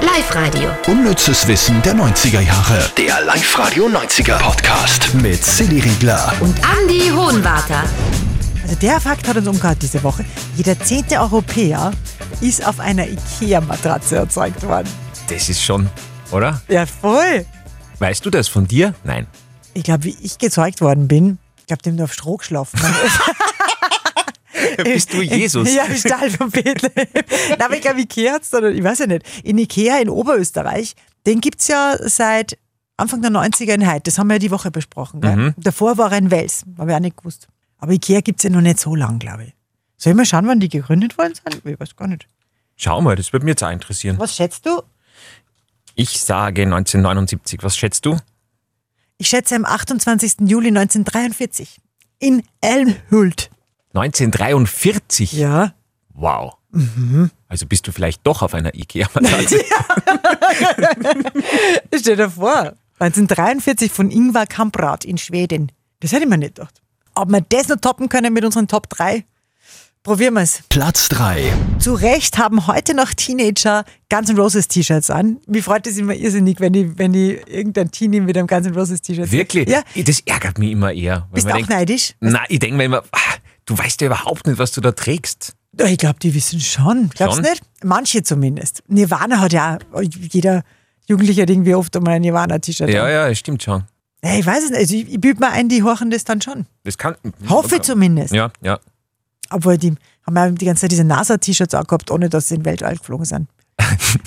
Live-Radio. Unnützes Wissen der 90er Jahre. Der Live-Radio 90er Podcast. Mit Silly Riegler. Und Andy Hohenwarter. Also der Fakt hat uns umgehauen diese Woche. Jeder zehnte Europäer ist auf einer Ikea-Matratze erzeugt worden. Das ist schon, oder? Ja, voll. Weißt du das von dir? Nein. Ich glaube, wie ich gezeugt worden bin, ich glaube, dem nur auf Stroh geschlafen. Bist du Jesus? Ja, im Stall von Bethlehem. Na, aber ich glaube, Ikea hat es da, noch- ich weiß ja nicht. In Ikea in Oberösterreich, den gibt es ja seit Anfang der 90er in Heid. Das haben wir ja die Woche besprochen. Gell? Davor war er in Wels, habe ich auch nicht gewusst. Aber Ikea gibt es ja noch nicht so lang, glaube ich. Soll ich mal schauen, wann die gegründet worden sind? Ich weiß gar nicht. Schau mal, das würde mich jetzt auch interessieren. Was schätzt du? Ich sage 1979. Was schätzt du? Ich schätze am 28. Juli 1943 in Elmhult. 1943? Ja. Mhm. Wow. Also bist du vielleicht doch auf einer Ikea-Matratze. Stell dir vor. 1943 von Ingvar Kamprad in Schweden. Das hätte ich mir nicht gedacht. Ob wir das noch toppen können mit unseren Top 3? Probieren wir es. Platz 3. Zu Recht haben heute noch Teenager Guns N' Roses T-Shirts an. Mich freut es immer irrsinnig, wenn die, wenn die irgendein Teenie mit einem Guns N' Roses T-Shirt sieht. Wirklich? Ja. Das ärgert mich immer eher. weil Bist man du auch neidisch? Na, ich denke mir immer, ah, du weißt ja überhaupt nicht, was du da trägst. Ja, Ich glaube, die wissen schon. Glaubst du Schon? nicht? Manche zumindest. Nirvana hat ja auch- jeder Jugendliche hat irgendwie oft einmal ein Nirvana-T-Shirt. Ja, an. ja, das stimmt schon. Ja, Ich weiß es nicht. Also ich, ich büte mir ein, die horchen das dann schon. Das kann. Hoffe zumindest. Ja, ja. Obwohl, die haben ja die ganze Zeit diese NASA-T-Shirts auch gehabt, ohne dass sie in den Weltall geflogen sind.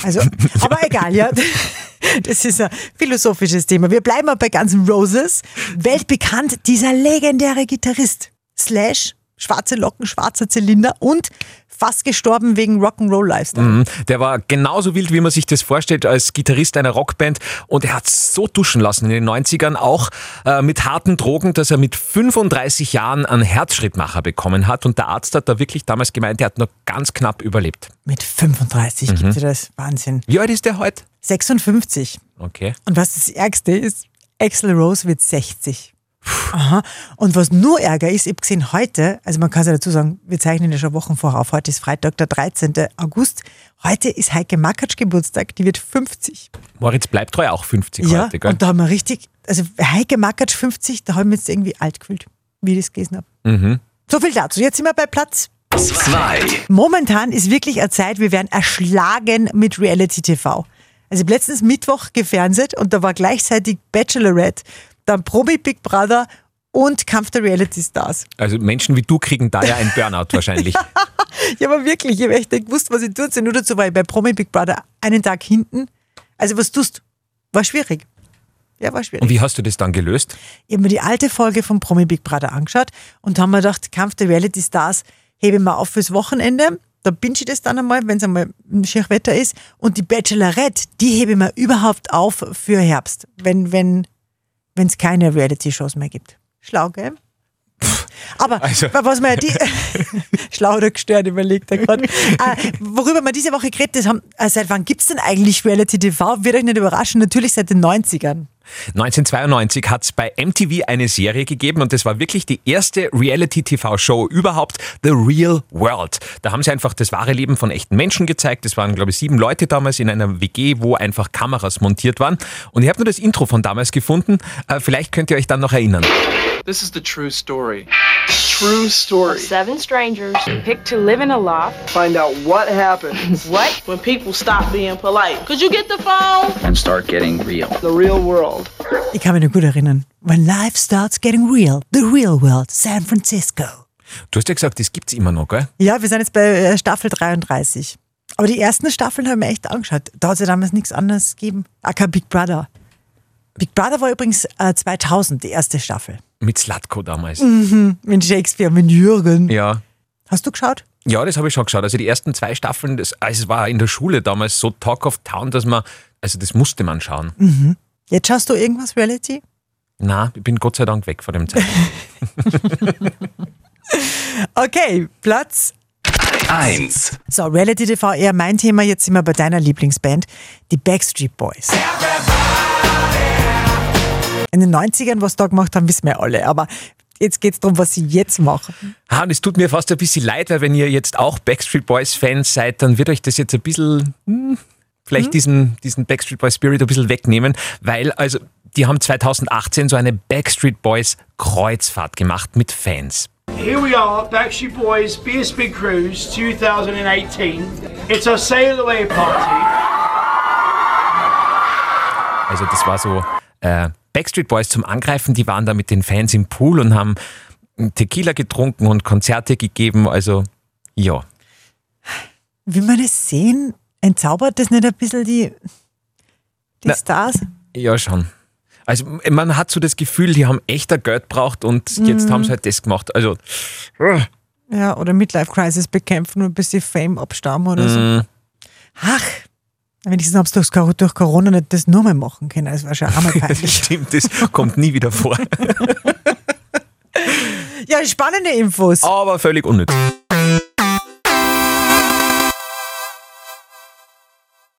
Also, aber egal, ja. Das ist ein philosophisches Thema. Wir bleiben mal bei ganzen Roses. Weltbekannt dieser legendäre Gitarrist. Slash, schwarze Locken, schwarzer Zylinder und fast gestorben wegen Rock'n'Roll-Lifestyle. Mhm. Der war genauso wild, wie man sich das vorstellt, als Gitarrist einer Rockband. Und er hat so duschen lassen in den 90ern, auch äh, mit harten Drogen, dass er mit 35 Jahren einen Herzschrittmacher bekommen hat. Und der Arzt hat da wirklich damals gemeint, er hat nur ganz knapp überlebt. Mit 35 gibt's gibt das. Wahnsinn. Wie alt ist der heute? 56. Okay. Und was das Ärgste ist, Axel Rose wird 60. Aha. Und was nur Ärger ist, ich habe gesehen heute, also man kann es ja dazu sagen, wir zeichnen ja schon Wochen vorher auf, heute ist Freitag, der 13. August. Heute ist Heike Makatsch Geburtstag, die wird 50. Moritz bleibt treu, auch 50 ja, heute, gell? und da haben wir richtig, also Heike Makatsch 50, da haben wir jetzt irgendwie alt gefühlt, wie ich das gelesen habe. So viel dazu. Jetzt sind wir bei Platz Zwei. Momentan ist wirklich eine Zeit, wir werden erschlagen mit Reality TV. Also ich hab letztens Mittwoch gefernsett und da war gleichzeitig Bachelorette, dann Promi Big Brother und Kampf der Reality Stars. Also Menschen wie du kriegen da ja ein Burnout wahrscheinlich. Ja, aber wirklich, ich habe echt nicht gewusst, was ich tun soll. Nur dazu war ich bei Promi Big Brother einen Tag hinten. Also was tust? War schwierig. Ja, war schwierig. Und wie hast du das dann gelöst? Ich habe mir die alte Folge von Promi Big Brother angeschaut und haben mir gedacht, Kampf der Reality Stars hebe ich mal auf fürs Wochenende. Da binge ich das dann einmal, wenn es einmal ein Wetter ist. Und die Bachelorette, die hebe ich mir überhaupt auf für Herbst, wenn wenn wenn, es keine Reality-Shows mehr gibt. Schlau, gell? Aber also- was man ja die, schlau oder gestört überlegt er gerade. Äh, worüber wir diese Woche geredet das haben, äh, seit wann gibt es denn eigentlich Reality TV? Wird euch nicht überraschen, natürlich seit den 90ern. 1992 hat es bei MTV eine Serie gegeben und das war wirklich die erste Reality-TV-Show überhaupt, The Real World. Da haben sie einfach das wahre Leben von echten Menschen gezeigt. Es waren, glaube ich, sieben Leute damals in einer WG, wo einfach Kameras montiert waren. Und ich habe nur das Intro von damals gefunden. Äh, Vielleicht könnt ihr euch dann noch erinnern. This is the true story. True story. Seven strangers picked to live in a loft. Find out what happens. What? When people stop being polite. Could you get the phone? and start getting real. the real world. Ich kann mich noch gut erinnern. When life starts getting real, the real world, San Francisco. Du hast ja gesagt, das gibt's immer noch, gell? Ja, wir sind jetzt bei äh, Staffel 33. Aber die ersten Staffeln haben wir echt angeschaut. Da hat es ja damals nichts anderes gegeben. Aka Big Brother. Big Brother war übrigens äh, 2000, die erste Staffel. Mit Slatko damals. Mit Shakespeare, mit Jürgen. Ja. Hast du geschaut? Ja, das habe ich schon geschaut. Also die ersten zwei Staffeln, das, also es war in der Schule damals so Talk of Town, dass man, also das musste man schauen. Jetzt schaust du irgendwas Reality? Na, ich bin Gott sei Dank weg von dem Zeitpunkt. Okay, Platz. Eins. So, Reality TV eher mein Thema. Jetzt sind wir bei deiner Lieblingsband, die Backstreet Boys. In den 90ern, was sie da gemacht haben, wissen wir alle. Aber jetzt geht es darum, was sie jetzt machen. Ah, und es tut mir fast ein bisschen leid, weil wenn ihr jetzt auch Backstreet Boys Fans seid, dann wird euch das jetzt ein bisschen hm, vielleicht diesen, diesen Backstreet Boys Spirit ein bisschen wegnehmen, weil also die haben 2018 so eine Backstreet Boys Kreuzfahrt gemacht mit Fans. Here we are, Backstreet Boys Beer Big Cruise 2018. It's our sail away party. Also das war so äh, Backstreet Boys zum Angreifen, die waren da mit den Fans im Pool und haben Tequila getrunken und Konzerte gegeben, also ja. Will man es sehen? Entzaubert das nicht ein bisschen die, die Na. Stars? Ja, schon. Also man hat so das Gefühl, die haben echter Geld braucht und jetzt haben sie halt das gemacht. Also Ja, oder Midlife-Crisis bekämpfen und bis die Fame abstammen oder Mhm. so. Ach, wenigstens haben sie durchs Kor- durch Corona nicht das nur mehr machen können. Das war schon einmal peinlich. stimmt, das kommt nie wieder vor. ja, spannende Infos. Aber völlig unnütz.